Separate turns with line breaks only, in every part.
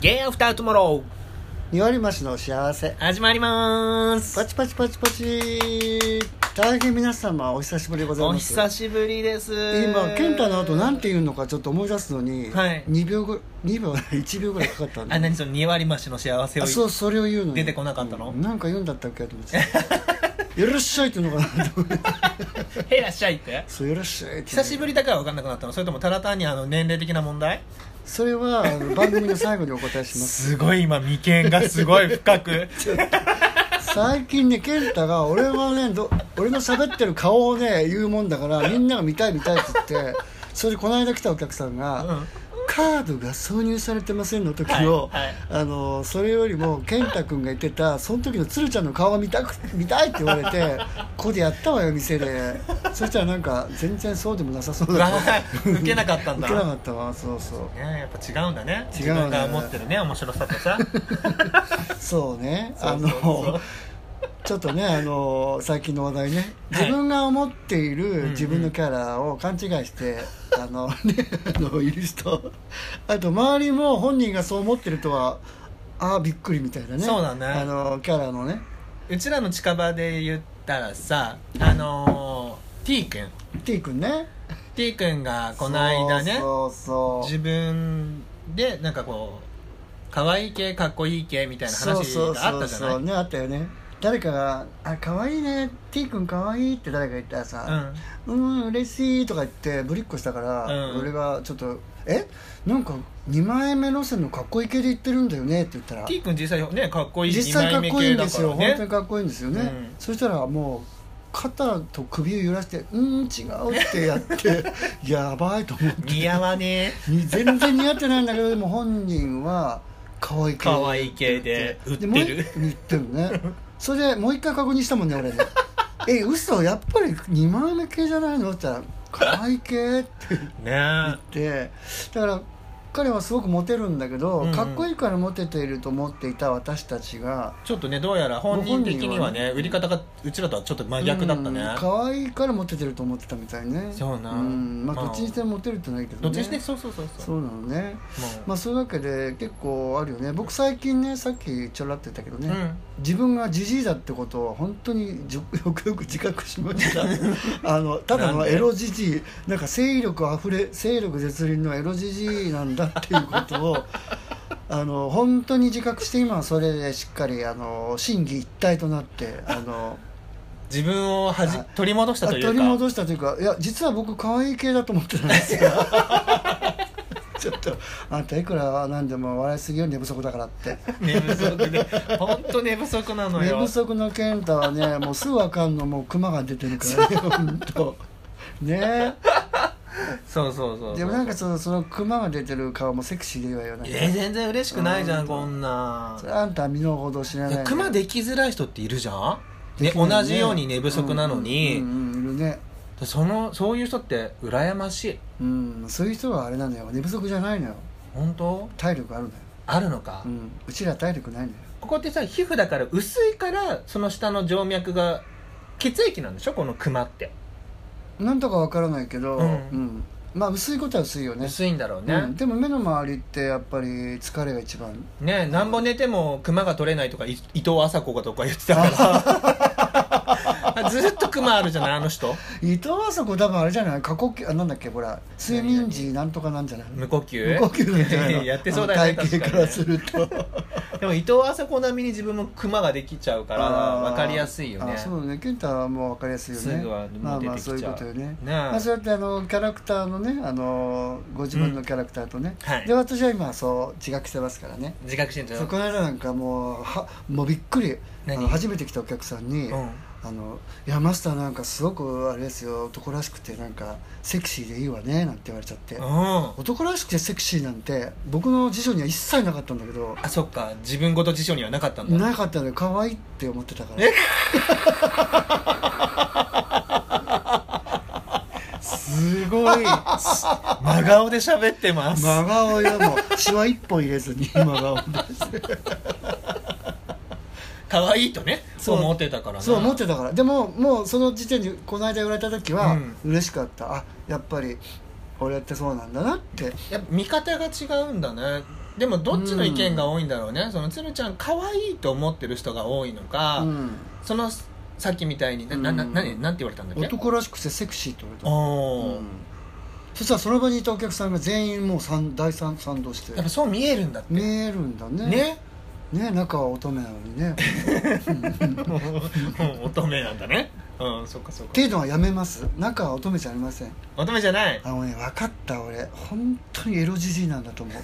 ゲイアフタートゥモロ
二割増しの幸せ
ー始まります
パチパチパチパチ大変皆様お久しぶりでござい
お
ます
久しぶりです
今健太の後なんて言うのかちょっと思い出すのに、
はい
2秒ぐ2秒1秒ぐらい かかったんだ
あ何その2割増しの幸せを
あそうそれを言うのに
出てこなかったの
うんなんか言うんだったっけと思って「 よろっしゃい」って言うのかなと思って
へいらっしゃいって
そうよろっしゃいって言うの
久しぶりだから分かんなくなったのそれともただ単にあの年齢的な問題
それはあの番組の最後にお答えします
すごい今眉間がすごい深 く
最近ね健太が俺はねど俺の喋ってる顔をね言うもんだからみんなが見たい見たいって言ってそれでこの間来たお客さんが「
うん
カードが挿入されてませんの時を、
はいはい
あのそれよりも健太君が言ってたその時の鶴ちゃんの顔が見たく見たいって言われてここでやったわよ店でそしたらなんか全然そうでもなさそう
う
だ
わ
った
受 けなかったん
受
だ
けなかったわそうそう
ねやっぱ違うんだね
違
自
うね
分が持ってるね面白さとさ
そうね
そう
あ
そうそう
のちょっとねあの最近の話題ね自分が思ってい
うんう
る
ん
自分のキャラを勘違いして、あのねあのいる人あと周りも本人がそう思ってるとはああびっくりみたいなね
そうだね
あのキャラのね
うちらの近場で言ったらさあのー T 君
T 君ね
T 君がこの間ね
そうそうそう
自分でなんかこう可愛い系かっこいい系みたいな話があったじゃない
そうそうそうそうねあったよね誰かが「あ可愛いね T 君可愛いって誰か言ったらさ、
うん
うん嬉しいとか言ってぶりっこしたから、
うん
俺がちょっと「えなんか2枚目路線のかっこいい系で言ってるんだよね」って言ったら
T 君実際ねかっこいい
実際かっこいいんですよ、
二枚目
本
系
当
だ
に
か
かっこいいんですよね、
うん
そしたらもう肩と首を揺らして「うーん違う」ってやって やばいと思っ
らね似合わね
てに全然似合ってないんだけどでも本人は可愛い系
可愛い系で売ってる
もう一売ってるねそれでもう一回確認したもんね俺ね「え嘘やっぱり2枚目系じゃないの?」って言ったら「可愛い系」って言っ
えね
てだから彼はすごくモテるんだけど、
うんうん
かっこいいからモテていると思っていた私たちが
ちょっとねどうやら本人的には
本人は
ね売り方がうちらとはちょっと真逆だったね
うん可愛いからモテてると思ってたみたいね
そうなん
まあ
まあ
どっちにしてもモテるってないけどね
どっちにしてそうそうそうそう
そうなのね
も
まあそういうわけで結構あるよね僕最近ねさっきちょらって言ったけど
う
ね、
うん
自分がジジイだってことを本当にじょよくよ く自覚しま したあのただ
な
の
んで
エロジジイなんか精力あふれ精力絶倫のエロジジイなんだっていうことを あの本当に自覚して今はそれでしっかりあの心技一体となってあの
自分をはじ
あ
取り戻した
あ
というか
取り戻したというかいや実は僕可愛い系だと思ってたんです よちょっとあんたいくらなんでも笑いすぎよ寝不足だからって
寝不足で本当寝不足なの
寝
よ
不足の健太はねもうすぐわかんのもうクマが出てるか らね本当ね
そうそうそうそう
でもなんかそのそのクマが出てる顔もセクシーでいいわよなんか
えー全然嬉しくないじゃ
うん
んこんな
それあんたは身の程知らない
クマできづらい人っているじゃん、
で
ね、
きないね
同じように寝不足なのに、
うんうんうんうんいるね
そのそういう人って羨ましい
うんそういう人はあれなんだよ寝不足じゃないのよ
本当
体力あるんだよ、
あるのか、
うん、うちら体力ないんだよ
ここってさ皮膚だから薄いからその下の静脈が血液なんでしょこのクマって
なんとかわからないけど、
うん
うんまあ薄いことは薄いよね
薄いんだろうね、
うん、でも目の周りってやっぱり疲れが一番
ねなんぼ寝てもクマが取れないとかい伊藤麻子がとか言ってたから ずっとクマあるじゃないあの人
伊藤麻子多分あれじゃない過呼吸あなんだっけほら睡眠時なんとかなんじゃない
無呼吸
無呼吸なんじゃないの
やってそうだよね
あの体
確
型か
かに
ら
ね
すると
でも伊藤麻子並みに自分もクマができちゃうから分かりやすいよ
あ
ね
ーそうね健太はもう分かりやすいよね
すぐはもう
まあまあ
出てきちゃ
そうういうことよね
ねえ
まあ、そうやってあのキャラクターのねあのご自分のキャラクターとね、
はい
で私は今そう自覚してますからね
自覚してんじゃ
そうこの間なんかもうはもうびっくりあ
何
の初めて来たお客さんに「
うん
あのいやマスターなんかすごくあれですよ男らしくてなんかセクシーでいいわね」なんて言われちゃって、
うん
男らしくてセクシーなんて僕の辞書には一切なかったんだけど
あそっか自分ごと辞書にはなかったんだ
なかったのよ可愛いって思ってたから
えすごい真顔で喋ってます、
真顔よもうシワ一本入れずに真顔で
可愛いとね
そう
思ってたからな
そう思ってたからでももうその時点でこの間言われた時は
う
嬉しかった、あやっぱり俺ってそうなんだなって
やっぱ見方が違うんだねでもどっちの意見が多いんだろうね、そのつるちゃん可愛いと思ってる人が多いのか、
うん、
そのさっきみたいにな、なな
うん
な何なんて言われたんだっけ
男らしくてセクシーって言われた
おー
うんそしたらその場にいたお客さんが全員もう賛大賛賛同して
やっぱそう見えるんだって
見えるんだね
ね
ね中は乙女なのにね
うん乙女なんだねうんそっかそっ
っ
か
ていうのはやめます中は乙女じゃありません
乙女じゃない
あのね分かった俺本当にエロじじいなんだ と思う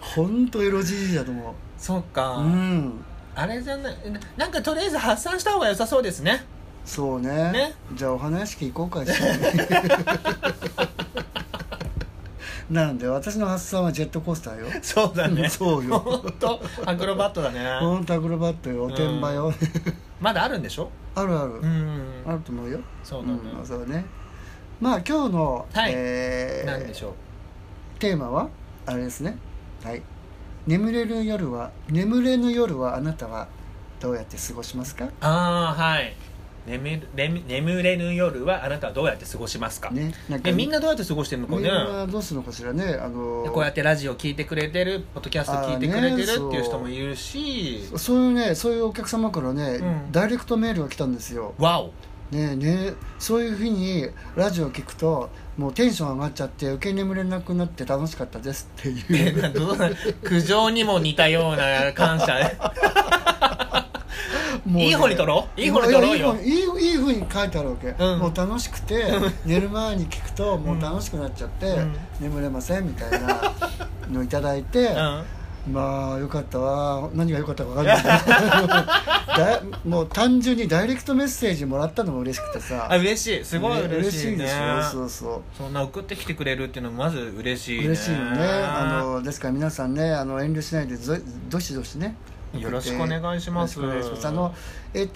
本当エロじじいだと思
そっ
う
か、
うん
あれじゃないななんかとりあえず発散した方が良さそうですね
そうね
ね
じゃあお花屋敷行こうか一緒に なんで私の発散はジェットコースターよ
そうだね
そうよ
本当アクロバットだね
本当アクロバットよおてんばよ
まだあるんでしょ
あるある、
うん
あると思うよ
そうだね
んそうねまあ今日の、
はい
えー
なんでしょう
テーマはあれですねはい眠れる夜は眠れぬ夜はあなたはどうやって過ごしますか
ああはい眠る眠眠れぬ夜はあなたはどうやって過ごしますか、
ねなん
えみんなどうやって過ごしてるのか
みん
ね
などうするのかしらねあの
こうやってラジオ聞いてくれてるポッドキャスト聞いてくれてるって
あーね
いう人もいるし
そういうねそういうお客様からね、
うん
ダイレクトメールが来たんですよ
わお
ねねそういうふうにラジオ聞くともうテンション上がっちゃって余計眠れなくなって楽しかったですってい
え
う
などうな苦情にも似たような感 謝
もうね
いい方に撮ろういい方に撮ろうよ
いやいい方いいいい風に書いてあるわけ、
うん
もう楽しくて寝る前に聞くともう楽しくなっちゃって、
うん
眠れませんみたいなのいただいて、
うん
まあよかったわ何がよかったか分かんない けどだもう単純にダイレクトメッセージもらったのも嬉しくてさ
あ嬉しいすごい
ね
嬉しいね
でしょそうそう
そんな送ってきてくれるっていうのもまず嬉しいね
嬉しいよねあのですから皆さんねあの遠慮しないでどどしどしね送って
よろしくお願いします
よろくお願いしますあのえっ、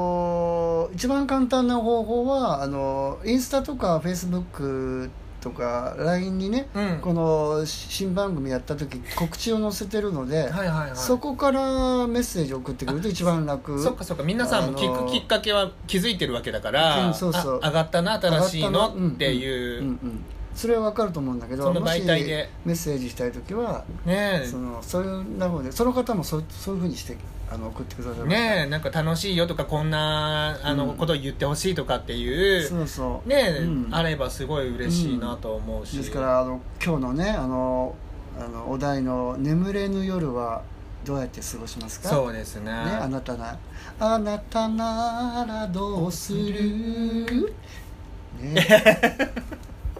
と一番簡単な方法はあのインスタとかフェイスブックとか LINE にね、
うん
この新番組やった時告知を載せてるの
は
で、
いはいはい
そこからメッセージ送ってくると一番楽
そっかそっか皆さんも聞
あ
く
の
きっかけは気づいてるわけだから、
うんそうそう
あ上がったな新しい
上が
の
ったなうん
っていう、
うんうんそれは分かると思うんだけど
その媒体で
もしメッセージしたい時は
ね
そのそういうなのでその方もそうそういうふうにしてあの送ってくださ
え
る
ねえなんか楽しいよとかこんなあの、
うん
ことを言ってほしいとかっていう
そうそう
ねえ、
うん
あればすごい嬉しいなと思うし、
ですからあの今日のねあのあのお題の「眠れぬ夜はどうやって過ごしますか?」
そうですね
ね、あなたなあなたならどうするね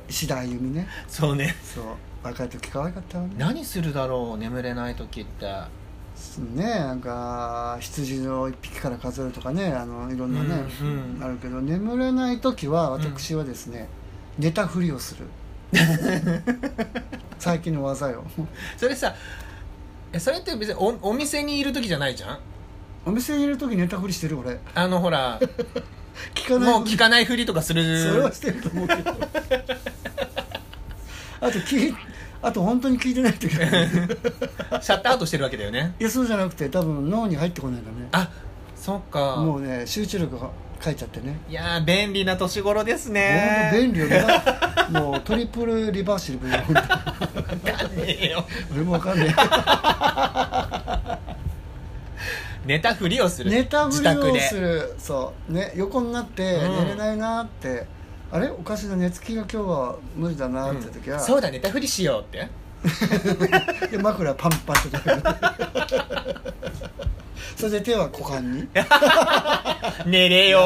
石田あゆみね
そうね
そう若い時可愛かったわね
何するだろう眠れない時って
ねなんか羊の一匹から数えるとかねあのいろんなね、
うんうん
あるけど眠れない時は私はですね、寝たふりを する最近の技よ
それさえそれって別におお店にいる時じゃないじゃん
お店にいる時寝たふりしてる俺
あのほ ら
聞かない
もう聞かないふりとかする
それはしてると思うけどあと聞いあと本当に聞いてない 時は
シャットアウトしてるわけだよね
いやそうじゃなくて多分脳に入ってこないからね
あそっか
もうね集中力が書いちゃってね
いやー便利な年頃です
ほん
ね
と 便利よねもうトリプルリバーシブルよほんと
わかんねえよ
俺も わかんない
寝たふりをする
寝たふ
自
り
宅
を
です
るそうね横になって
うん
寝れないなって、あれおかしな寝つきが今日は無理だなって時は、
うんそうだ寝たふりしようって
で枕パンパンってかけて それで手は股間に
寝れよ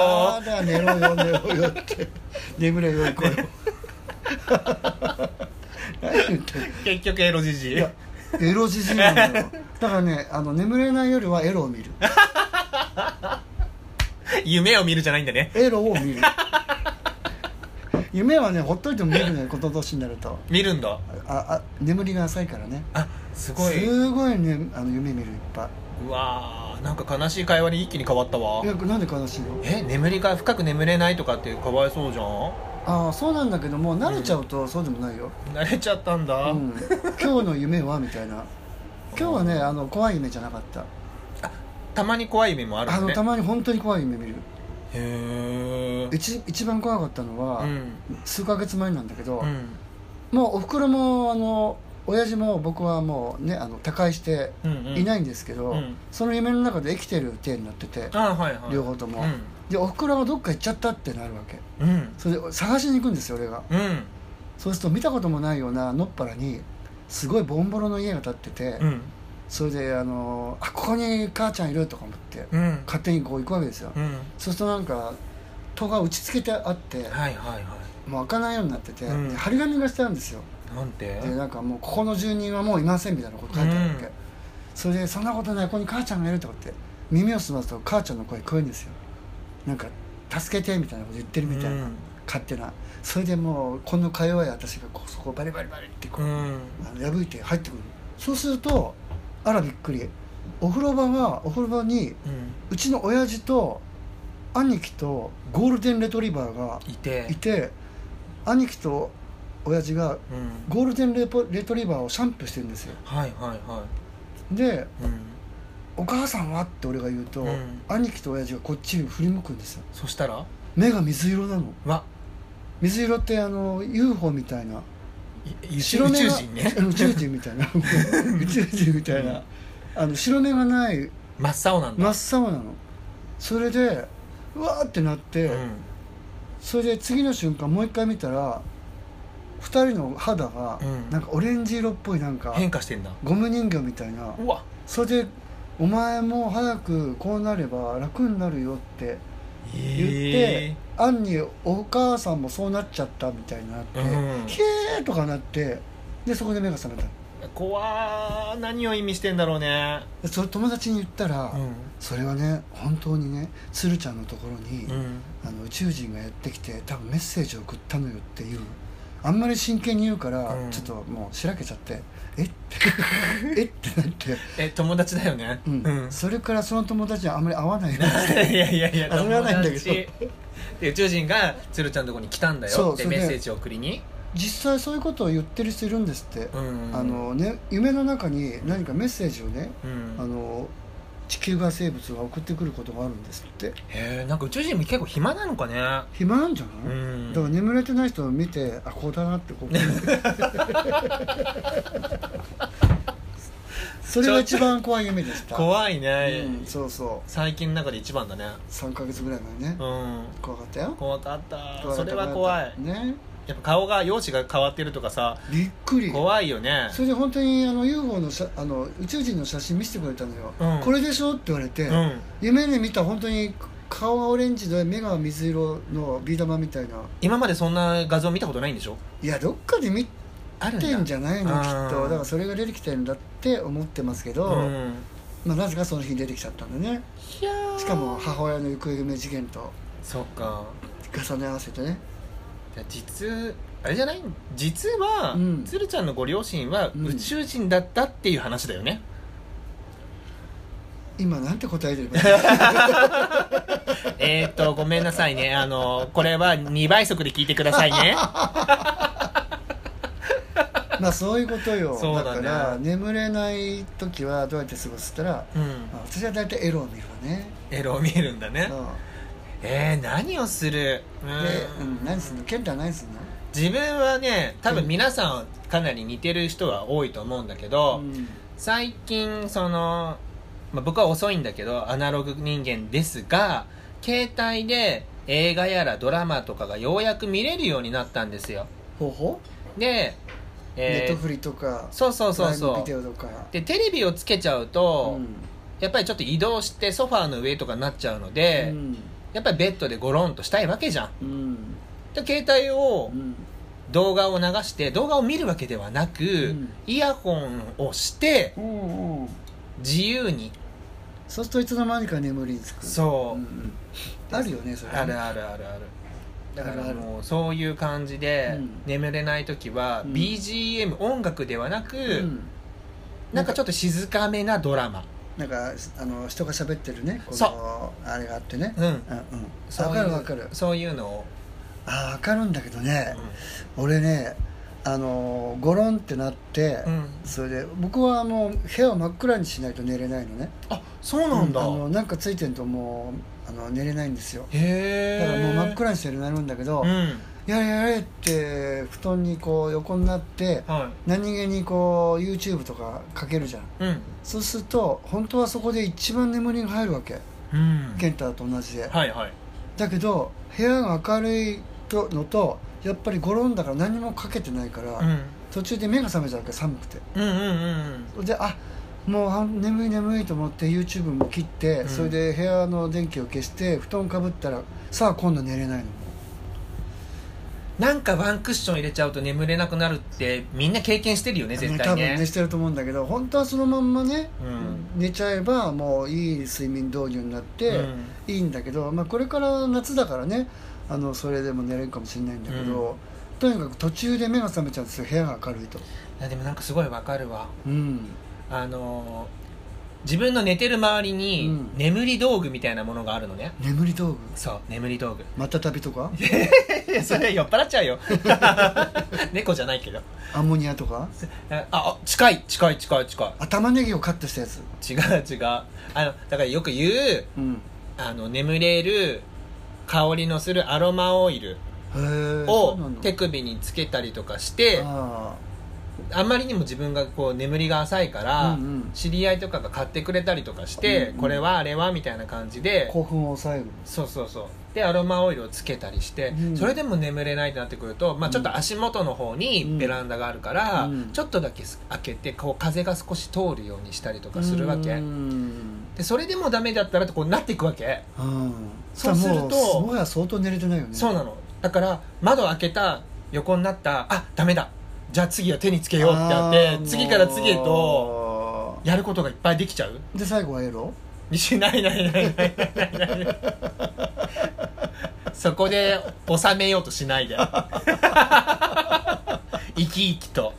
やだ寝ろよ寝ろよって 眠れよ行こうよ 何言ってんの
ー結局エロじじい
いやエロじじいなんだよだからねあの眠れない夜はエロを見る
夢を見るじゃないんだね
エロを見る夢はねほっといても見るねこの年になると
見るんだ
ああ眠りが浅いからね
あすごい
すごいねあの夢見るいっぱいう
わーなんか悲しい会話に一気に変わったわ
いやなんで悲しいの
え眠りが深く眠れないとかってかわいそうじゃ
ああそうなんだけどもう慣れちゃうとそうでもないよ、
ん慣れちゃったんだ、
うん、今日の夢はみたいな今日はねあの怖い夢じゃなかった
たまに怖い夢もある
あ
の
の
ね
たまに本当に怖い夢見る
へえ
一一番怖かったのは、
うん
数ヶ月前なんだけど、
うん
もうおふくろもあの親父も僕はもうねあの他界して
うんうん
いないんですけど、
うん
その夢の中で生きてる体になってて、
あはいはい
両方とも、
う
でおふくろがどっか行っちゃったってなるわけ
んうん
それで探しに行くんですよ俺が
うん
そうすると見たこともないようなのっぱらにすごいボンボロの家が建ってて、
うん
それであのあここに母ちゃんいるとか思って、
うん
勝手にこう行くわけですよ、
うん
そうするとなんか戸が打ち付けてあっ
は
て、
いはいは
もう開かないようになってて、
うん
で張り紙がしてあるんですよ
いなんて
でなんかもうここの住人はもういませんみたいなこと書いてあるわけ、
うん
それでそんなことないここに母ちゃんがいるとかって耳を澄ますと母ちゃんの声聞こえるんですよなんか助けてみたいなこと言ってるみたいな、
うん
勝手なそれでもうこのか弱い私がこうそこをバリバリバリってこ
う
う、
ん
あの破いて入ってくるそうするとあらびっくりお風呂場はお風呂場に
うん
うちの親父と兄貴とゴールデンレトリバーが
いて
いて兄貴と親父が
うん
ゴールデンレポレトリバーをシャンプーしてるんですよ
はいはいは
で
いうん
「お母さんは?」って俺が言うと、
うん
兄貴と親父がこっちに振り向くんですよ
そしたら
目が水色なの
わ
水色ってあの UFO みたいない
い宇宙
目が
人ね
うん宇宙人みた いな宇宙人みたいな、あの白目がない
真っ青なんだ
真っ青なのそれでうわーってなって、
うん
それで次の瞬間もう一回見たら2人の肌が
うん
なんかオレンジ色っぽいなんか
変化してんだ
ゴム人形みたいな
うわ
それで「お前も早くこうなれば楽になるよ」って言って、
え
アンに「お母さんもそうなっちゃった」みたいになって「
うん
ひえー」とかなってでそこで目が覚めた
ー怖ー何を意味してんだろうね
でそれ友達に言ったら、
う
それはね本当にね鶴ちゃんのところに、
ん
あの宇宙人がやってきて多分メッセージを送ったのよっていうあんまり真剣に言うから、
うん
ちょっともうしらけちゃって「えっ?」 て「えっ?」てなって、
え友達だよね
うんそれからその友達にはあんまり会わないようにして
いやいやいや
あそれはないんだけど
友達で宇宙人が鶴ちゃんのとこに来たんだ
そ
よ
う
って
それ
メ
で
ッセージを送りに
実際そういうことを言ってる人いるんですって、
うん
あのね、夢の中に何かメッセージをね、
うん
あの地球外生物が送ってくることがあるんですって
へえんか宇宙人も結構暇なのかね
暇なんじゃ
う
ない、
ん
だから眠れてない人を見てあこうだなってこう それが一番怖い夢でした
怖いね
うん、そうそう
最近の中で一番だね
3か月ぐらい前ね、
うん
怖かったよ
怖かった
怖
そ
かった
れは怖い
ね
やっぱ顔が容姿が変わってるとかさ
びっくり
怖いよね
それで本当にあの UFO の写あの宇宙人の写真見せてくれたのよ、
うん
これでしょって言われて、
うん
夢で見た本当に顔がオレンジで目が水色のビー玉みたいな
今までそんな画像見たことないんでしょ
いやどっかで見
あるんだ
てんじゃないの
あ
きっ
ー
とだからそれが出てきてるんだって思ってますけど、
うん
まあ、なぜかその日出てきちゃったんでね
いやー
しかも母親の行方不明事件と
そっか
重ね合わせてね
いや実あれじゃない実は、
うん
鶴ちゃんのご両親は
うん
宇宙人だったっていう話だよね、
今なんて答えてるか
えーっとごめんなさいねあのこれは2倍速で聞いてください ね
まあそういうことよ
そうだ
か
ね
ら眠れない時はどうやって過ごすって言ったら、
うん
まあ私は大体エロを見るわね
エロを見えるんだね
うん
えー、何をするう
で、
ー
うんん、何すんの健太は何すんの
自分はね多分皆さんかなり似てる人は多いと思うんだけど、
うん
最近その、まあ、僕は遅いんだけどアナログ人間ですが携帯で映画やらドラマとかがようやく見れるようになったんですよ
方法、
で、
ネッ
え
ト
ー
フリとか
そうそうそう
プライム
そ
ビデ
う
オとか
でテレビをつけちゃうと、
うん
やっぱりちょっと移動してソファーの上とかになっちゃうので、
うん
やっぱりベッドでゴロンとしたいわけじゃん
うん
で携帯を
うん
動画を流して動画を見るわけではなく、
ん
イヤホンをして
うんうん
自由に
そうするといつの間にか眠りにつく
そう、
んんあるよねそれ
あるあるあるあるだか
あるあ
ら
る
もうそういう感じで
うん
眠れない時は
うん
BGM 音楽ではなく
うん
なんかちょっと静かめなドラマ
なんかあの人が喋ってるねこのあれがあってね
うん
うんうん
そういう
分かる分かる
そういうのを
あ分かるんだけどね
う
俺ねあのゴロンってなって
んうん
それで僕はもう部屋を真っ暗にしないと寝れないのね
あそうなんだ
あのなんかついてるともうあの寝れないんですよ
へえ
だからもう真っ暗にして寝るんだけど、
うん
やれやれって布団にこう横になって
は
何気にこう YouTube とかかけるじゃん
いうん
そうすると本当はそこで一番眠りが入るわけ
うん
健太と同じで
はいはい
だけど部屋が明るいとのとやっぱりゴロンだから何もかけてないから、
うん
途中で目が覚めちゃうわけ寒くて
うんうんうん
であもうあ眠い眠いと思って YouTube も切って、
うん
それで部屋の電気を消して布団かぶったらさあ今度寝れないの
なんかワンクッション入れちゃうと眠れなくなるってみんな経験してるよね絶
多
対
分
ね
寝してると思うんだけど本当はそのまんまね、
うん
寝ちゃえばもういい睡眠導入になって、
うん
いいんだけど、まあ、これから夏だからねあのそれでも寝れるかもしれないんだけど、とにかく途中で目が覚めちゃうんですよ部屋が明るいと
いやでもなんかすごいわかるわ
うん
あのー自分の寝てる周りに、
うん
眠り道具みたいなものがあるのね
眠り道具
そう眠り道具
またたびとか
いやそれ酔っ払っちゃうよ 猫じゃないけど
アンモニアとか
ああ近い近い近い近い
あ玉ねぎをカットしたやつ
違う違うあのだからよく言う
うん
あの眠れる香りのするアロマオイル
へえ
を手首につけたりとかして
あ
あんまりにも自分がこう眠りが浅いから、
うんうん
知り合いとかが買ってくれたりとかして、
うんうん
これはあれはみたいな感じ
あ
で
興奮を抑える
そうそうそうでアロマオイルをつけたりして、
うん
それでも眠れないってなってくると、まあ、ちょっと足元の方
うん
にベランダがあるから、
うん
ちょっとだけす開けてこう風が少し通るようにしたりとかするわけ、
うん
でそれでもダメだったらってこうなっていくわけ、
うん
そうすると
だからもうもはや相当寝れてないよね
そうなのだから窓開けた横になったあダメだじゃあ次は手につけようってなっ
あ
て
ー
次から次へと
も
やることがいっぱいできちゃう
うで最後はエロ
しないないないないないないない そこで収めようとしないで 生き生きと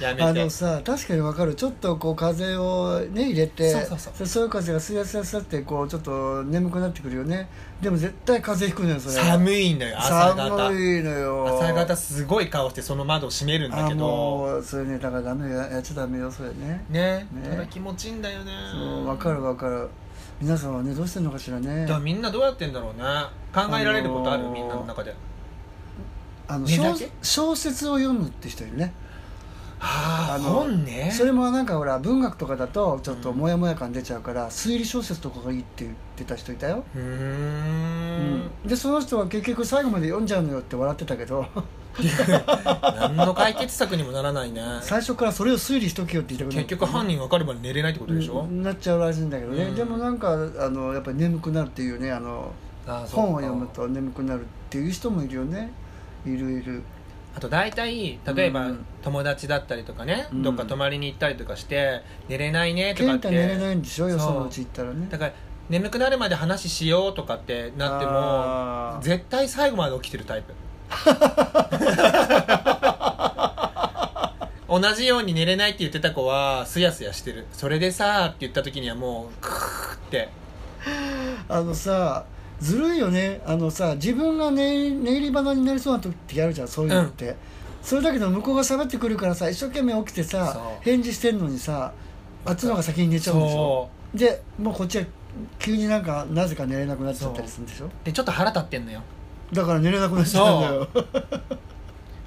や
あ
めて
のさ確かにわかるちょっとこう風をね入れて
そうそうそう
でそういう風がスヤスヤスヤってこうちょっと眠くなってくるよねでも絶対風邪ひくのよそれ
寒いのよ朝方
寒いのよ
朝方すごい顔してその窓を閉めるんだ
あ
けど
もうそれねだからダメよやっちゃダメよそれね
ね
ね
ただ気持ちいいんだよね
そうわかるわかる皆さんはねどうしてんのかしらね
だからみんなどうやってんだろうね考えられることある、
あのー
みんなの中で
あの
寝だ
小
け
小説を読むって人いるね
あ
あ
あ
の
本ね
それもなんかほら文学とかだとちょっとモヤモヤ感出ちゃうから推理小説とかがいいって言ってた人いたよ
うーん
でその人は結局最後まで読んじゃうのよって笑ってたけど
何の解決策にもならないね
最初からそれを推理しとけよって言ってく
結局犯人分かれば寝れないってことでしょ、
なっちゃうらしいんだけどね、
うん
でもなんかあのやっぱり眠くなるっていうねあの
ああそう
本を読むと眠くなるっていう人もいるよねいるいる
あと大体例えば、
うん
友達だったりとかね、
うん
どっか泊まりに行ったりとかして寝れないねと
健
かって
太寝れないんでしょよ
そう
そのうち行ったらね
だから眠くなるまで話しようとかってなって
あ
も
ー
絶対最後まで起きてる タイプ同じように寝れないって言ってた子はすやすやしてるそれでさーって言った時にはもうクーって
あのさずるいよねあのさ自分が寝寝入り花になりそうな時ってやるじゃんそういうのって、それだけど向こうが喋ってくるからさ一生懸命起きてさ
そう
返事してんのにさあっちの方が先に寝ちゃうんでしょ
う
でもうこっちは急になんかなぜか寝れなくなっちゃったりするんでしょ
でちょっと腹立ってんのよ
だから寝れなくなっちゃうんだよ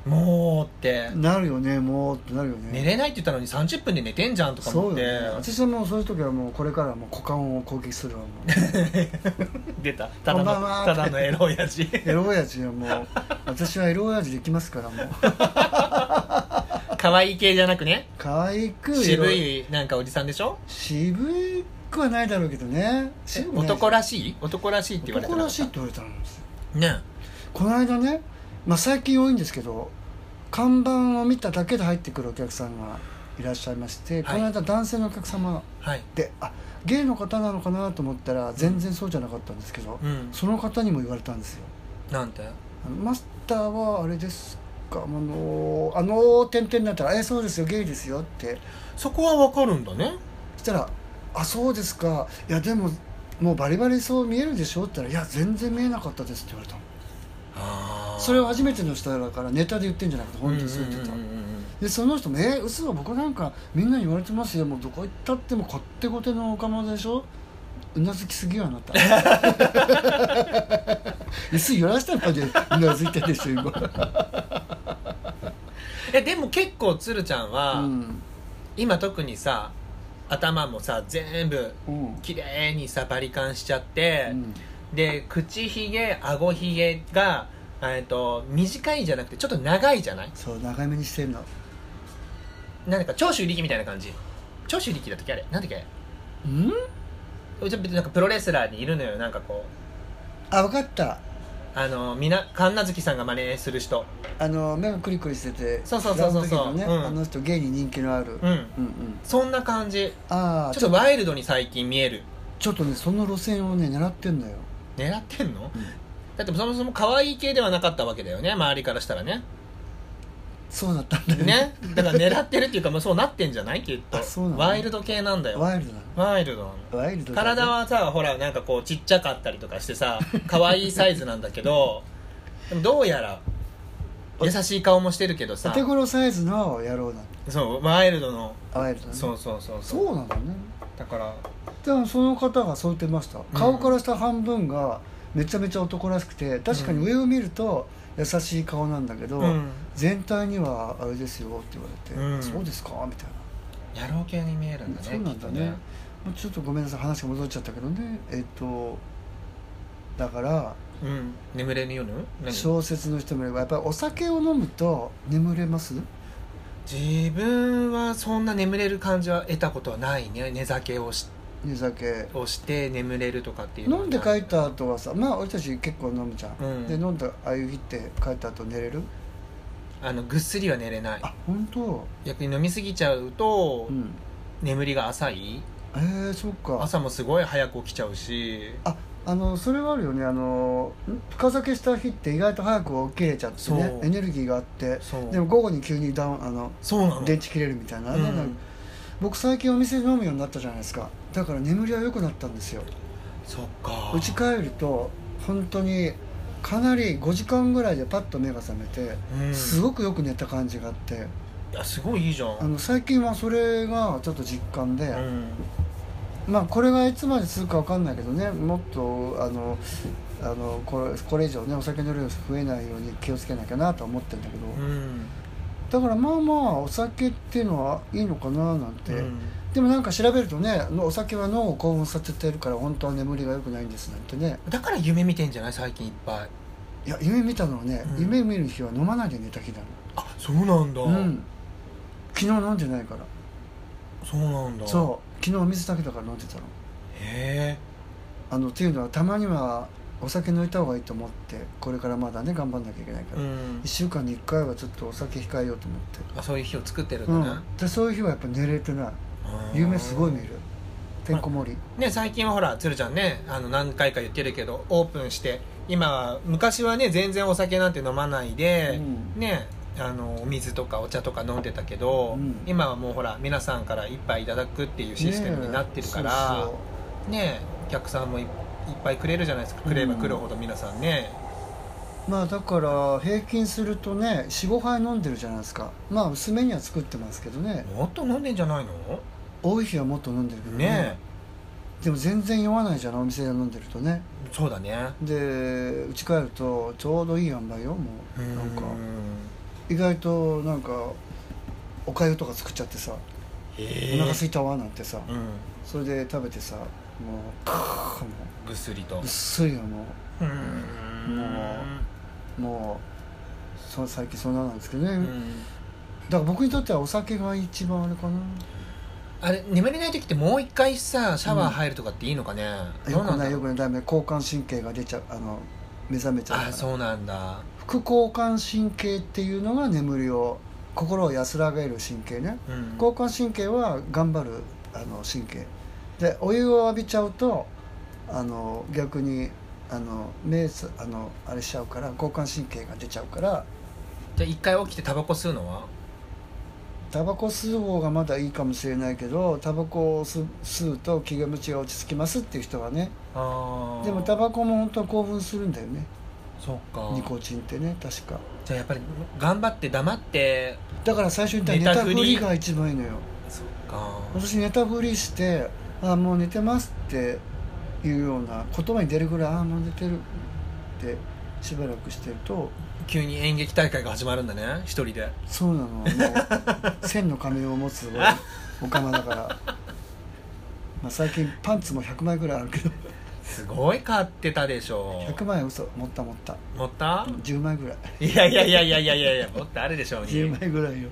もうって、
なるよねもうってなるよね
寝れないって言ったのに30分で寝てんじゃんとか
そ
思っ
う
て、
よね私はもうそういう時はもうこれからはもう股間を攻撃するわもう
出たた
こ
だ
んばんは
のただのエロ親 父
エロ親父はもう私はエロ親父できますからもう
可愛い系じゃなくね
可愛くエロ
渋いなんかおじさんでしょ
渋くはないだろうけどね渋くない
男らしい男らしいって言われてな
男
からっ
しいって言われたんですよ
たね
この間ね、まあ、最近多いんですけど看板を見ただけで入ってくるお客さんがいらっしゃいまして、
はい
この間男性のお客様
はい
であゲイの方なのかなと思ったら全然そうじゃなかったんですけど、
うん
その方にも言われたんですよ
なんて
あのマスターはあれですかあのーあのー点々になったら「えそうですよゲイですよ」って
そこはわかるんだね
そしたら「あそうですかいやでももうバリバリそう見えるでしょ?」って言ったら「いや全然見えなかったです」って言われたの
あ
それを
初
初めての人だからネタで言ってんじゃなくて本当にそう言ってたでその人も「え嘘僕なんかみんなに言われてますよもうどこ行ったっても勝手 ごてのおかまでしょうなずきすぎよあなた椅子揺らしたまでうなずいてるでしょ今、
えでも結構つるちゃん
う
は、
ん
今特にさ頭もさ全部
うん
綺麗にさバリカンしちゃって、
うん
で口ひげ顎ひげがえっと短いじゃなくてちょっと長いじゃない
そう長めにしてんの
なんか長州力みたいな感じ長州力だったっけあれなんだっけ
うん
ちょっとなんかプロレスラーにいるのよなんかこう
あ分かった
あのみな神奈月さんが真似する人
あの目がクリクリしてて
そうそうそうそうそう
ラブの時のね、
うん
あの人芸に人気のある、
うん、
うんうん
そんな感じ
ああ
ちょっとワイルドに最近見える
ちょっとねその路線をね狙ってんのよ
狙ってんの、
うん
だってそもそも可愛い系ではなかったわけだよね周りからしたらね
そうだったんだよ ね
ねだから狙ってるっていうかもうそうなってんじゃないきっと
あそうなの
ワイルド系なんだよ
ワイルドな
ワイルドなの
のワイルドだね
体はさほらなんかこうちっちゃかったりとかして さ可愛いサイズなんだけどでもどうやら優しい顔もしてるけど
お
さ
手頃サイズの野郎なの
そうワイルドの
あワイルドなの
そうそうそうそう
そうなんだね
だから
でもその方がそう言ってました顔からした半分がめちゃめちゃ男らしくて確かに上を見ると優しい顔なんだけど、
うん
全体にはあれですよって言われて、
うん
そうですかみたいな
野郎系に見えるんだね
そうなんだねもうちょっとごめんなさい話が戻っちゃったけどねえっとだから
きっとねうん眠れぬ夜何
小説の人もいればやっぱりお酒を飲むと眠れます
自分はそんな眠れる感じは得たことはないね寝酒をし
寝酒
をして眠れるとかっていうのは
飲んで帰った後はさまあ俺たち結構飲むじゃん、
うん
で飲んだああいう日って帰った後寝れる
あのぐっすりは寝れない
あ本当。
逆に飲みすぎちゃうと、
うん
眠りが浅い
えー、そっか
朝もすごい早く起きちゃうし
ああのそれはあるよねあのん深酒した日って意外と早く起きれちゃってね
そう
エネルギーがあって
そう
でも午後に急にダウンあの
そうなの
電池切れるみたいな、
うん
なんか僕最近お店で飲むようになったじゃないですかだから眠りは良くなったんですよ
そっか
うち帰ると本当にかなり5時間ぐらいでパッと目が覚めて、
うん
すごくよく寝た感じがあって
いやすごいいいじゃん
あの最近はそれがちょっと実感で、
うん
まあこれがいつまで続くかわかんないけどねもっとあのあのこれこれ以上ねお酒の量増えないように気をつけなきゃなとは思ってるんだけど、
うん
だからまあまあお酒っていうのはいいのかななんて、
うん
でもなんか調べるとねお酒は脳を興奮させてるから本当は眠りが良くないんですなんてね
だから夢見てんじゃない最近いっぱい
いや夢見たのはね、
うん
夢見る日は飲まないで寝た日だ
あそうなんだ、
の、うん、昨日飲んでないから
そうなんだ
そう昨日お水だけだから飲んでた
へ
の
え
あのっていうのはたまにはお酒抜いた方がいいと思ってこれからまだね頑張んなきゃいけないから、
う
一
ん
1週間に1回はちょっとお酒控えようと思って
あそういう日を作ってる
うん
だ
ん
ね、
でそういう日はやっぱ寝れてない
うん
夢すごい見るてんこ盛り
ね最近はほら鶴ちゃんねあの何回か言ってるけどオープンして今は昔はね全然お酒なんて飲まないで、
うん
ねあのお水とかお茶とか飲んでたけど、
うん
今はもうほら皆さんから一杯いただくっていうシステムになってるから
ねえ
ね
そうそう
お客さんもいいっぱいくれるじゃないですかくればくるほど皆さんね、
まあだから平均するとね45杯飲んでるじゃないですかまあ薄めには作ってますけどね
もっと飲んでんじゃないの
多い日はもっと飲んでるけどね
ね
でも全然酔わないじゃんお店で飲んでるとね
そうだね
で家帰るとちょうどいい塩梅よもう
う
なんか
ん
意外となんかおかゆとか作っちゃってさ「お
へえ
腹すいたわ」なんてさ
うん
それで食べてさもうカーッも
ぐっすりと
ううっすいよも
うん
もうもうそ最近そんななんですけどね、
う
だか
ん
ら僕にとってはお酒が一番あれかな
あれ眠れない時ってもう一回さシャワー入るとかっていいのかね、ど
よ
うな
く
ん
な
だ
い
ろ
よ
う
くないダメ交感神経が出ちゃうあの目覚めちゃうか
あ
ら
そうなんだ
副交感神経っていうのが眠りを心を安らげる神経ね
うん
交感神経は頑張るあの神経でお湯を浴びちゃうとあの逆にあの目すあのあれしちゃうから交感神経が出ちゃうから
じゃあ一回起きてタバコ吸うのは
タバコ吸う方がまだいいかもしれないけどタバコを吸吸うと気持ちが落ち着きますっていう人はね
あー
でもタバコも本当は興奮するんだよね
そっか
ニコチンってね確か
じゃあやっぱり頑張って黙って
だから最初に言った
寝
寝
た
た
ふ
ふ
り
りが一番いいのよ
そっか
私寝たふりして「ああもう寝てます」っていうような言葉に出るぐらい「ああもう寝てる」ってしばらくしてると
急に演劇大会が始まるんだね一人で
そうなの もう千の仮面を持つおお釜だから、まあ、最近パンツも100枚ぐらいあるけど
すごい買ってたでしょ
100枚嘘持った持った
持った
10枚ぐらい
いやいやいやいやいやいやいやもっとあるでしょうに
10枚ぐらいよ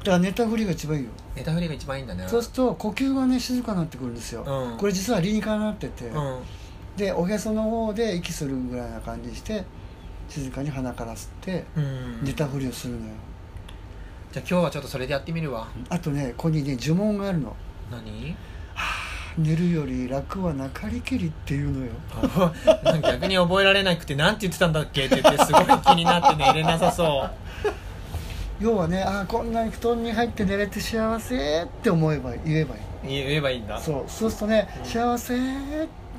だからネタ振りが一番いいよ
ネタフリが一番いいんだね
そうすると呼吸がね静かになってくるんですよ、
うん
これ実は理にかなってて、
うん
でおへその方で息するぐらいな感じにして静かに鼻から吸って
うん
寝
じゃあ
たふりをするのよ、
今日はちょっとそれでやってみるわ
あとねここにね呪文があるの
何
寝るより楽はなかりけりっていうのよ
あ逆に覚えられなくてなんて言ってたんだっけって言ってすごい気になって寝れなさそ
要はねああこんなに布団に入って寝れて幸せって思えば言えばいいう
言え言えばいいんだ
そうそうするとね幸せ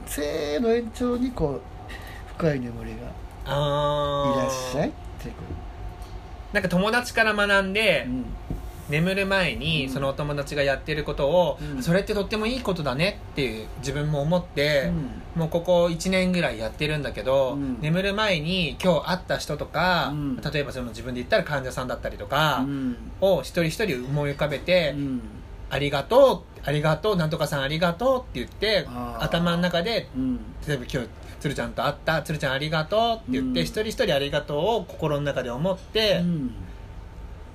せーの延長にこう深い眠りが
あ
い
ー
らっしゃいってこ
なんか友達から学んで、
う、うん、
眠る前に
うん
そのお友達がやってることを、
うん
それってとってもいいことだねっていう自分も思って、
う
もうここ1年ぐらいやってるんだけど、
うん
眠る前に今日会った人とか、
うん
例えばその自分で言ったら患者さんだったりとか
うん
を一人一人思い浮かべて、
うん
ありがとうありがとうなんとかさんありがとうって言って
あー
頭の中で
うん
例えば今日鶴ちゃんと会った鶴ちゃんありがとうって言って、
う
一
ん
人一人ありがとうを心の中で思って、
うん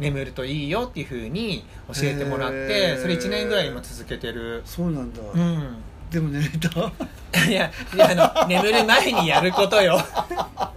眠るといいよっていうふうに教えてもらっ
へ
て
ー
それ1年ぐらい今続けてる
そうなんだ、
うん
でも寝れた
いやいやあの眠る前にやることよ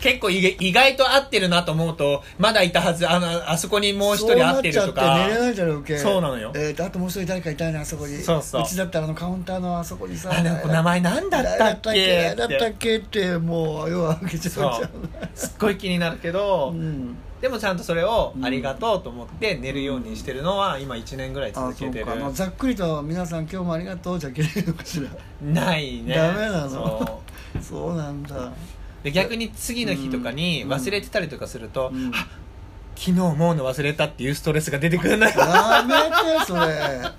結構意外意外と合ってるなと思うとまだいたはずあのあそこにもう一人合ってると
そうな
か
っちゃって寝れないじゃん余計
そうなのよ
えーとあともう一人誰かいたいなあそこに
そうそう
ちだったらあのカウンターのあそこにさ
あの子名前なんだったっけ
誰だったっけ誰だったっけってもう要は開けちゃうじ
そ
ゃ
うすっごい気になるけど、
んうん
でもちゃんとそれを
うん
ありがとうと思って寝るようにしてるのは今1年ぐらい
あ
続
そ
け
う
てる
か、まあ、ざっくりと皆さん今日もありがとうじゃいけないのかしら
ないね
ダメなの
そう
そうなんだ
で逆に次の日とかに
うん
忘れてたりとかすると、
うん
あ昨日もうの忘れたっていうストレスが出てくるな
やめてそれだか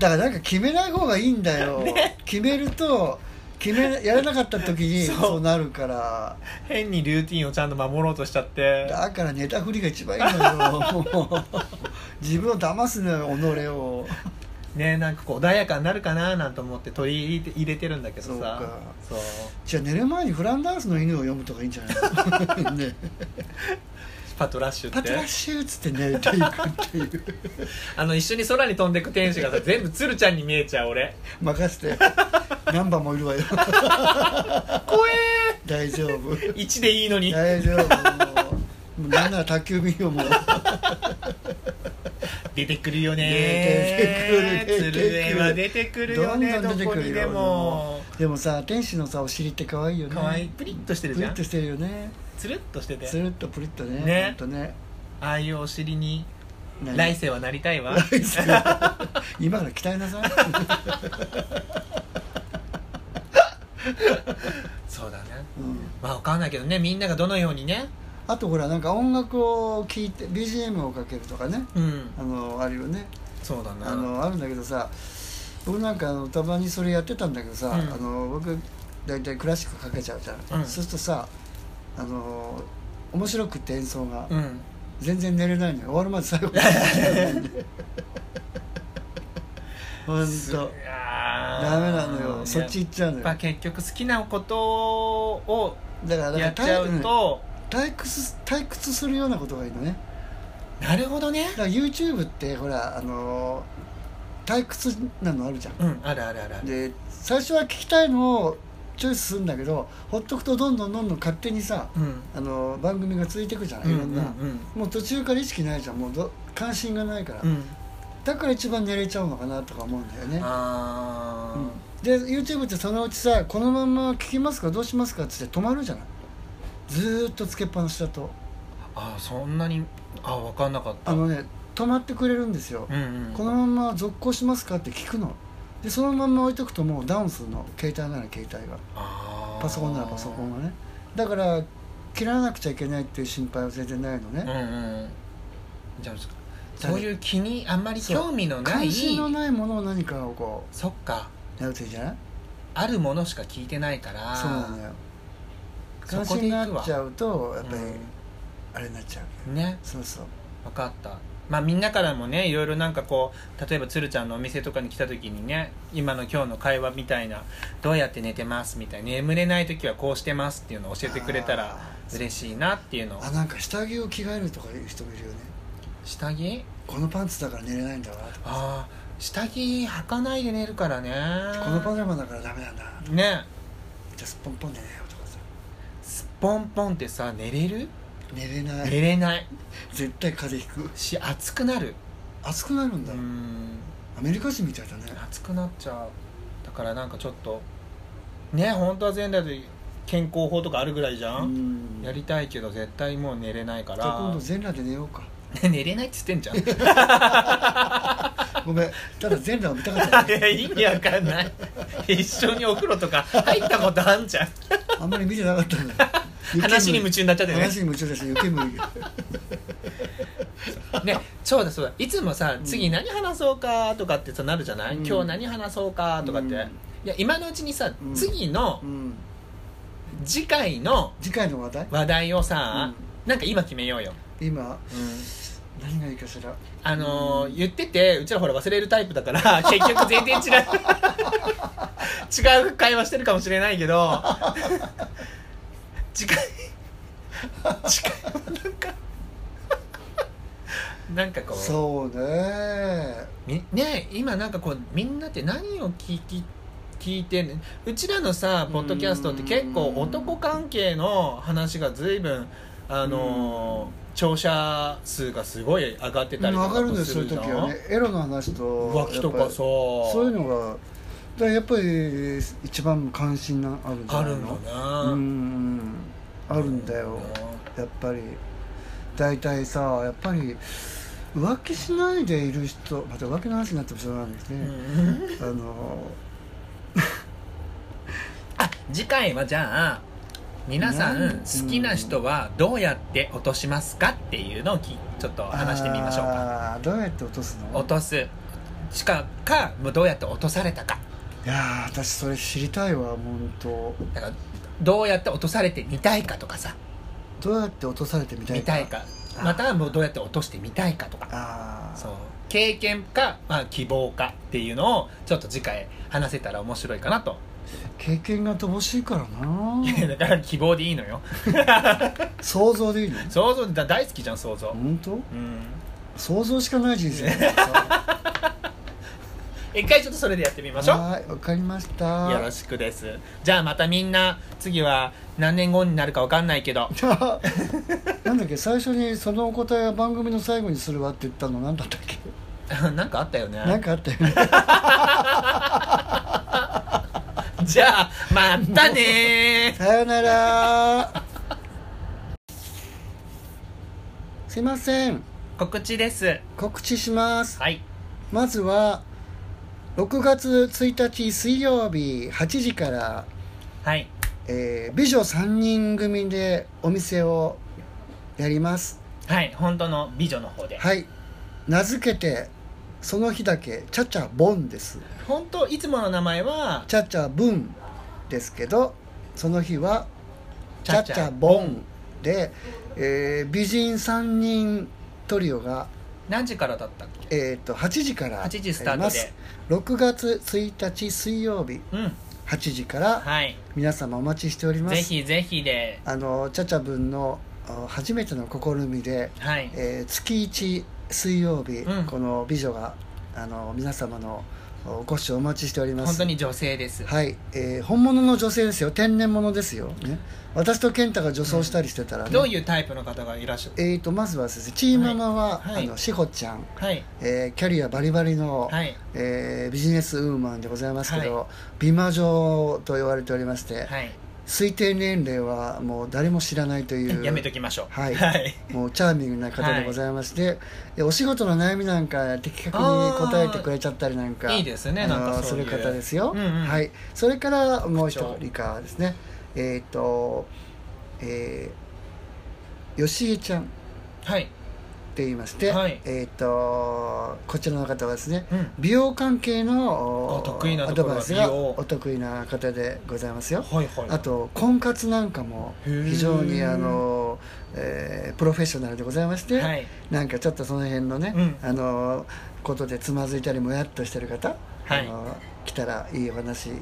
らなんか決めない方がいいんだよ、決めると決めやらなかった時に
そう
そうなるから
変にルーティンをちゃんと守ろうとしちゃって
だからネタ振りが一番いいのよもう自分を騙すのよ己を
ねなんかこう穏やかになるかななんて思って取り入れてるんだけどさそう
じゃあ寝る前にフランダースの犬を読むとかいいんじゃ ないね
パトラッシュって
パトラッシュっつって寝ていくっていう
あの一緒に空に飛んでく天使がさ全部鶴ちゃんに見えちゃう俺
任せて何番もいるわよ
怖え
大丈夫
ー1でいいのに
大丈夫もうもうなんなら宅急便よもう
出てくるよね
出てくる出てくる
鶴へは出てくるよねど
どんどん出て
こ
く
に
るよ
でも
でもさ天使のさお尻って可愛いよね
可愛いプリッとしてる
プ
じ
リ
ゃ
ッ
ん
としてるよね
つるっとしてて
つるっとプリッとね
ね
ほんとね
ああいうお尻に
何
来世はなりたい わ
来世今から鍛えなさい
そうだね
うん
まあわかんないけどねみんながどのようにね
あとほらなんか音楽を聴いて BGM をかけるとかね
うん
あのあるよね
そうだな
あのあるんだけどさ僕なんかあのたまにそれやってたんだけどさ、
うん
あの僕大体クラシックかけちゃうじゃん、
うん
そうするとさあの面白くって演奏が、
うん
全然寝れないのよ終わるまで最 後までほんとダ
ダ
メなのよそっち
や
行っちゃうの
っ
よ
ぱ結局好きなことを
だからだか
や
ら
っちゃう
退
と
退屈退屈するようなことがいいのね
なるほどね
だから YouTube ってほらあのー退屈なのあるじゃん
うんあるあるあるある
で最初は聞きたいのをチョイスするんだけどほっとくとどんどんどんどん勝手にさ、
うん
あのー番組が続いていくじゃな
う
い
ん
いうろん
んう
な、
ん
もう途中から意識ないじゃんもうど関心がないから、
うん
だから一番寝れちゃうのかなとか思うんだよね、
あ
うんで YouTube ってそのうちさこのまま聞きますかどうしますかっつって止まるじゃないずーっとつけっぱなしだと
ーあーそんなにあ分かんなかった
あ
うん
のね止まってくれるんですよ、
うん
このまま続行しますかって聞くのでそのまま置いとくともうダウンするの携帯なら携帯が
あー
パソコンならパソコンがねだから切らなくちゃいけないっていう心配は全然ないの
うん
ね、
うんじゃあそういう気にあんまり興味のない
関心のないものを何かをこ
そっか
うやるといいじゃない
あるものしか聞いてないから
そうなのよ
そ
悲
こで
しにな
行くわ
っちゃうとやっぱり
う
あれになっちゃうけど
んね
そうそう
分かったまあみんなからもねいろいろなんかこう例えば鶴ちゃんのお店とかに来た時にね今の今日の会話みたいなどうやって寝てますみたいな眠れない時はこうしてますっていうのを教えてくれたら
あー
嬉しいなっていうのを
あなんか下着を着替えるとかいう人もいるよね
下着
このパンツだから寝れないんだわとか
ああ下着履かないで寝るからね
このパジャマだからダメなんだじゃ
ね
あすっぽんぽんで寝ようとかさ
すっぽんぽんってさ寝れる
寝れない
寝れない
絶対風邪ひく
し暑くなる
暑くなるん
う
だ、
ん
アメリカ人みたいだね
暑くなっちゃうだからなんかちょっとね本当は全裸で健康法とかあるぐらいじゃ、
うんん
やりたいけど絶対もう寝れないか
じゃあ今
ら
度全裸で寝ようか
寝れないっつってん じゃんい
ごめんただ全裸を見たかっただ け
や意味わかんない 一緒にお風呂とか入ったことあんじゃん
あんまり見てなかったんだよ
話に夢中になっちゃってね
話に夢中ですよけむり
ねそうだそうだいつもさ
ん
次何話そうかとかってさなるじゃない、
うん
今日何話そうかとかって、
うん
いや今のうちにさ、
うん
次の
うん
次回の
次回の話題
話題をさ、なんか今決めようよ、
今何がいいかしら
あのー
うん
言っててうちらほら忘れるタイプだから 結局全然違う違う会話してるかもしれないけ ど次回次回は なんかなんかこう
そうね
みね今なんかこうみんなって何を聞き聞いてんねうちらのさポッドキャストって結構
うん
男関係の話が随分あのー聴者数がすごい上がってたりと
分かるん
か
で
す
すそうい
る
う
じ
時
ゃん
はねエロの話と
浮気とか
やっぱ
さ
りそういうのがだからやっぱり一番関心があるんじゃ
あ
ない
る
の
の
う
なん
あるんだよやっぱり大体さやっぱり浮気しないでいる人また浮気の話になってもしょうがないです
うん
ね、あの
あ次回はじゃあ皆さ
うん
ん好きな人はどうやって落としますかっていうのをきちょっと話してみましょうか
あーどうやって落とすの
落とすしかかもうどうやって落とされたか
いやー私それ知りたいわ本当
だからどうやって落とされてみたいかとかさ
どうやって落とされてみたい
見たいかまたはもうどうやって落としてみたいかとか
ああ
そう経験か、まあ、希望かっていうのをちょっと次回話せたら面白いかなと
経験が乏しいからな
だから希望でいいのよ
想像でいいの
想像だ大好きじゃん想像
本当
うん
想像しかない人 生だからさ
一回ちょっとそれでやってみましょう
はーいわかりました
よろしくですじゃあまたみんな次は何年後になるかわかんないけど
なんだっけ最初にそのお答えは番組の最後にするわって言ったのなんだったっけ
なんかあったよね
なんかあったよね
じゃあまたねー
さよならすいません
告知です
告知します
はい
まずは6月1日水曜日8時から、
はい
えー美女3人組でお店をやります
はい本当の美女の方で
はい名付けてその日だけチャチャボンです
本当いつもの名前は
チャチャブンですけどその日はチャチャボンで、えー美人3人トリオが、
何時からだったっけ
えー、と8時から
8時スタートで
6月1日水曜日
うん
8時から
はい
皆様お待ちしておりま
ぜ
す
ひぜひで
あのチャチャブンのあ初めての試みで、
はい
えー月1水曜日、
うん
この美女があの皆様のお越しをお待ちしております
本当に女性です
はい、えー本物の女性ですよ天然物ですよ、ね、私と健太が女装したりしてたら、ね
どういうタイプの方がいらっしゃる
えー、とまずはですねチーママは、
はいはい
あの志保ちゃん、
はい
えーキャリアバリバリの、
はい
えービジネスウーマンでございますけど、
は
美魔女と言われておりまして、
はい
推定年齢はもう誰も知らないとい う
やめときましょう
はい
はい
もうチャーミングな方でございまして、でお仕事の悩みなんか的確に答えてくれちゃったりなんか
あーいいですね
あの
なんかそういう
する方ですよ、
うんうん
はい、それからもう一
口調
人かですねえっ、とえー、よしえちゃん
はい
っていまして、
はい
えっ、とこちらの方はですね、
うん
美容関係のお
お得意な
ア
とこ
ド
ろは
バイスが
美容
お得意な方でございますよ
はいはい
あと婚活なんかも
へー
非常にあの、えープロフェッショナルでございまして、
はい
なんかちょっとその辺のね、
うん
あのことでつまずいたりもやっとしてる方、
はい
あの来たらいいお話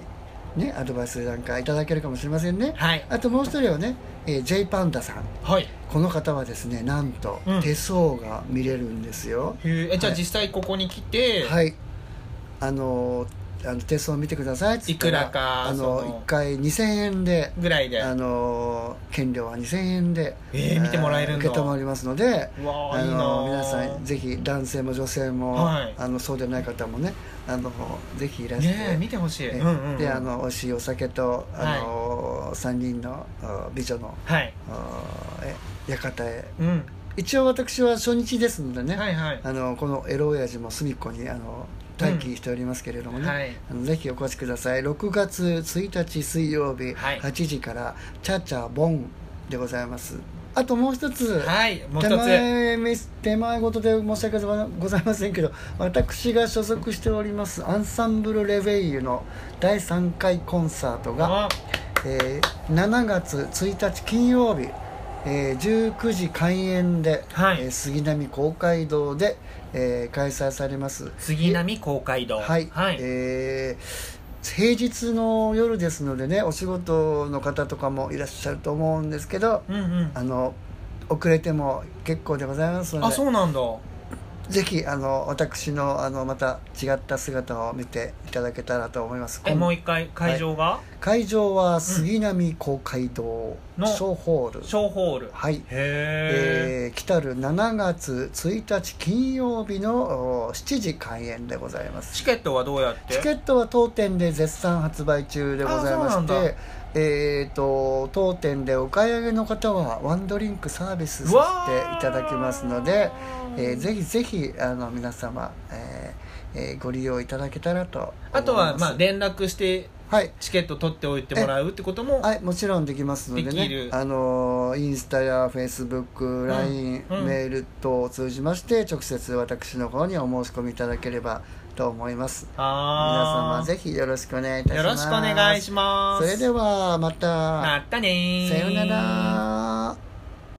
ねアドバイスなんかいただけるかもしれませんね、
はい
あともう一人はね、えー、J パンダさん
はいへ
この方はですねなんと
うん
手相が見れるんですよ、
ーえじゃあ
はい
実際ここに来て
はいいあのあの手相見てくださいっつった
いくらか
あ
その
の1回2000円で
ぐらいで
あの券料は2000円で、
えー見てもらえるんだ
受け止まりますので
うわー
あ
いいな
の
ー
皆さんぜひ男性も女性も、
はい
あのそうでない方もねあのぜひいらして、
ねえ見てほしい、
え
うんうんうん
であの美味しいお酒とあの、3人のあ美女の
はい
あえ館へ
うん
一応私は初日ですのでね、
はいはい
あのこのエロ親父も隅っこにあの待機しておりますけれどもね、
うんはい
あのぜひお越しください6月1日水曜日
はい
8時から「チャチャボン」でございますあともう一つ、
はいもう一
手
つ
前ミス手前事で申し訳ございませんけど私が所属しておりますアンサンブル・レベイユの第3回コンサートが
あ
えー7月1日金曜日、えー19時開演で、
はい
えー杉並公会堂で、えー開催されます
杉並公会堂
はい、
はい、
えー平日の夜ですのでねお仕事の方とかもいらっしゃると思うんですけど、
うんうん
あの遅れても結構でございますの
あ
で
そうなんだ
ぜひあの私のあのまた違った姿を見ていただけたらと思います
えもう一回会場が
会場は杉並公会堂
の
小ホール
小ホール
はい、
へえ
えー来たる7月1日金曜日のお7時開演でございます
チケットはどうやって
チケットは当店で絶賛発売中でございま
あそう
し
なんだ
てえー、と当店でお買い上げの方はワンドリンクサービス
う
さ
わ
せて
ー
いただきますので、えーぜひぜひあの皆様、えーえーご利用いただけたらと思います
あとはまあ連絡して
はい
チケット取っておいてもらうってことも
はい、もちろんできますので
でき
ね
る
あのインスタやフェイスブック LINE、
うん
メール等を通じまして直接私の方にお申し込みいただければと思います皆
あー
様ぜひよろしくお願いいたします
よろしくお願いします
それではまた
またねー
さようなら